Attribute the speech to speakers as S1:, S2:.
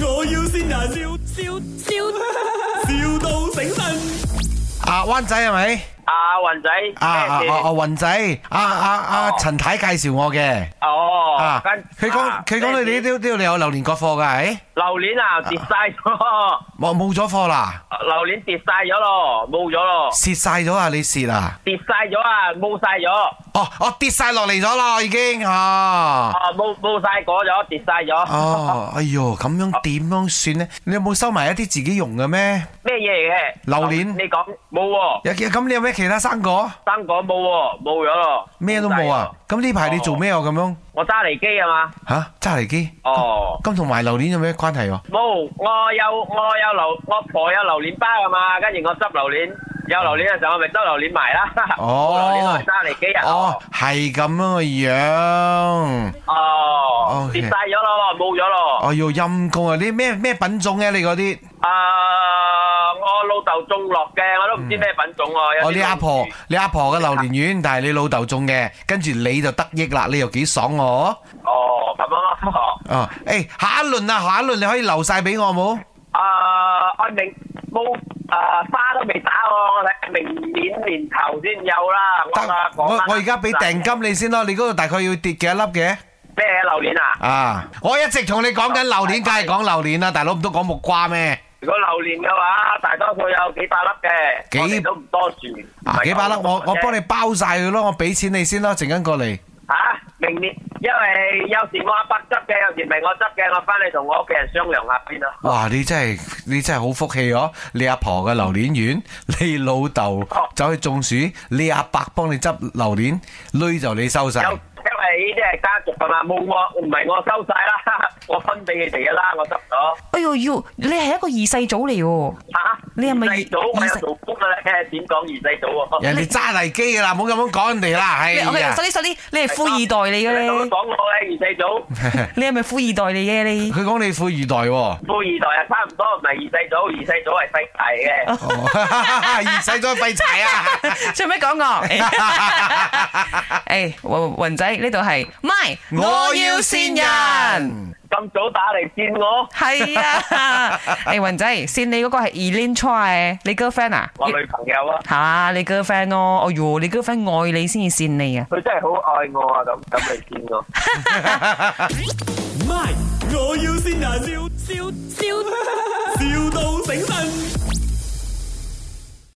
S1: 要先人，笑笑笑，笑到醒神。
S2: 啊，灣仔係咪？
S3: 阿云仔，
S2: 啊啊
S3: 咩事
S2: 啊啊，雲仔，啊啊啊，陳太介紹我嘅。
S3: 哦
S2: 啊，，
S3: 跟
S2: 佢講
S3: 啊
S2: 佢講你
S3: 咩
S2: 哋
S3: 事
S2: 呢度有榴蓮割貨㗎，係？
S3: 榴莲啊跌晒 咗，
S2: 冇冇咗貨啦，
S3: 榴莲跌晒咗咯，冇咗咯，
S2: 蝕晒咗啊！你蝕啊？
S3: 跌晒咗啊，冇晒咗，
S2: 哦，我跌晒落嚟咗啦，已經啊。
S3: 啊冇冇晒果咗，跌晒咗，
S2: 哦，哎呦，咁樣點樣算呢？你有冇收埋一啲自己用嘅咩？
S3: 咩嘢嚟嘅？
S2: 榴蓮
S3: 你講冇喎，
S2: 有咁你有咩其他生果？
S3: 生果冇喎，冇咗咯，
S2: 咩都冇啊
S3: 冇晒咗！哦
S2: 咁呢排你做咩啊？咁樣
S3: 我揸嚟機啊嘛，
S2: 吓揸嚟機，
S3: 哦，
S2: 咁同埋榴蓮有咩關係喎？啊
S3: 冇，我有我有榴，我婆有榴蓮包啊嘛，跟住我執榴蓮，有榴蓮嘅時候我咪執榴蓮埋 啦，
S2: 哦
S3: 冇榴蓮我咪揸嚟機啊，
S2: 哦，係咁樣嘅樣。
S3: 哦
S2: OK，
S3: 跌晒咗咯，冇咗咯。
S2: 哎呦，陰公啊！你咩咩品種嘅你嗰啲？
S3: À, 啊！我老豆種落嘅，我都唔知咩品種喎。有
S2: 哦，
S3: 啲
S2: 你阿婆你阿婆嘅榴蓮 丸，但係你老豆種嘅，跟住你就得益啦，你又幾爽我？
S3: 哦咁啊！
S2: 哦，誒，下一輪啊，下一輪你可以留晒俾我冇？
S3: Ờ, 啊，阿明冇啊，花都未打我，我睇明年年頭先有啦。
S2: 得
S3: 我啊，
S2: 我我而家俾訂金你先咯，你嗰度大概要跌幾多粒嘅？
S3: 咩榴蓮啊？
S2: 啊，我一直同你講緊榴蓮，梗係講榴蓮啦，大佬唔通講木瓜咩？
S3: 如果榴蓮嘅話，大多數有幾百粒嘅，
S2: 幾
S3: 我哋都唔多住。
S2: 啊，幾百粒，我我幫你包晒佢咯，我俾錢你先咯，陣間過嚟。
S3: 嚇，明年因為有時我阿伯執嘅，有時唔係我執嘅，我翻去同我屋企人商量下先咯。
S2: 哇！你真係你真係好福氣哦！你阿婆嘅榴蓮丸， 你老豆
S4: 哦
S2: 走去中暑，你阿伯幫你執榴蓮，累就你收晒。
S3: 有因為呢啲係家族噶嘛，冇我唔係我收晒 啦，我分俾你哋噶啦，我執咗
S4: 哎呦，要你係一個二世祖嚟喎。
S3: 嚇。
S4: 你係咪
S3: 二世祖？我
S4: 二
S3: 有
S4: 世
S3: 做工噶啦，點講二世祖啊？
S2: 人哋揸泥機噶啦，唔好咁樣講人哋啦，係
S4: 你我
S2: 哎呀
S4: 哋。收啲收啲，你係富二代嚟嘅
S3: 你同佢
S4: 咧，
S3: 講我咧二世祖，
S4: 你係咪富二代嚟嘅 你？
S2: 佢講你富二代喎。
S3: 富二代啊，差唔多唔係二世祖，二世祖係世大嘅。
S2: 哦二使咗廢柴啊！
S4: 做咩講我？ 誒，雲雲仔呢度係，唔係善。
S3: 咁早打嚟見我，
S4: 係啊，誒雲仔，線你嗰個係 Elin Choi，你 girlfriend 啊？
S3: 我女朋友啊，
S4: 嚇、你 girlfriend 咯，哎呦，你 girlfriend 愛你先至線你啊！
S3: 佢真係好愛我啊，咁咁嚟見我。
S1: My，我要先人，笑笑笑，笑到醒神。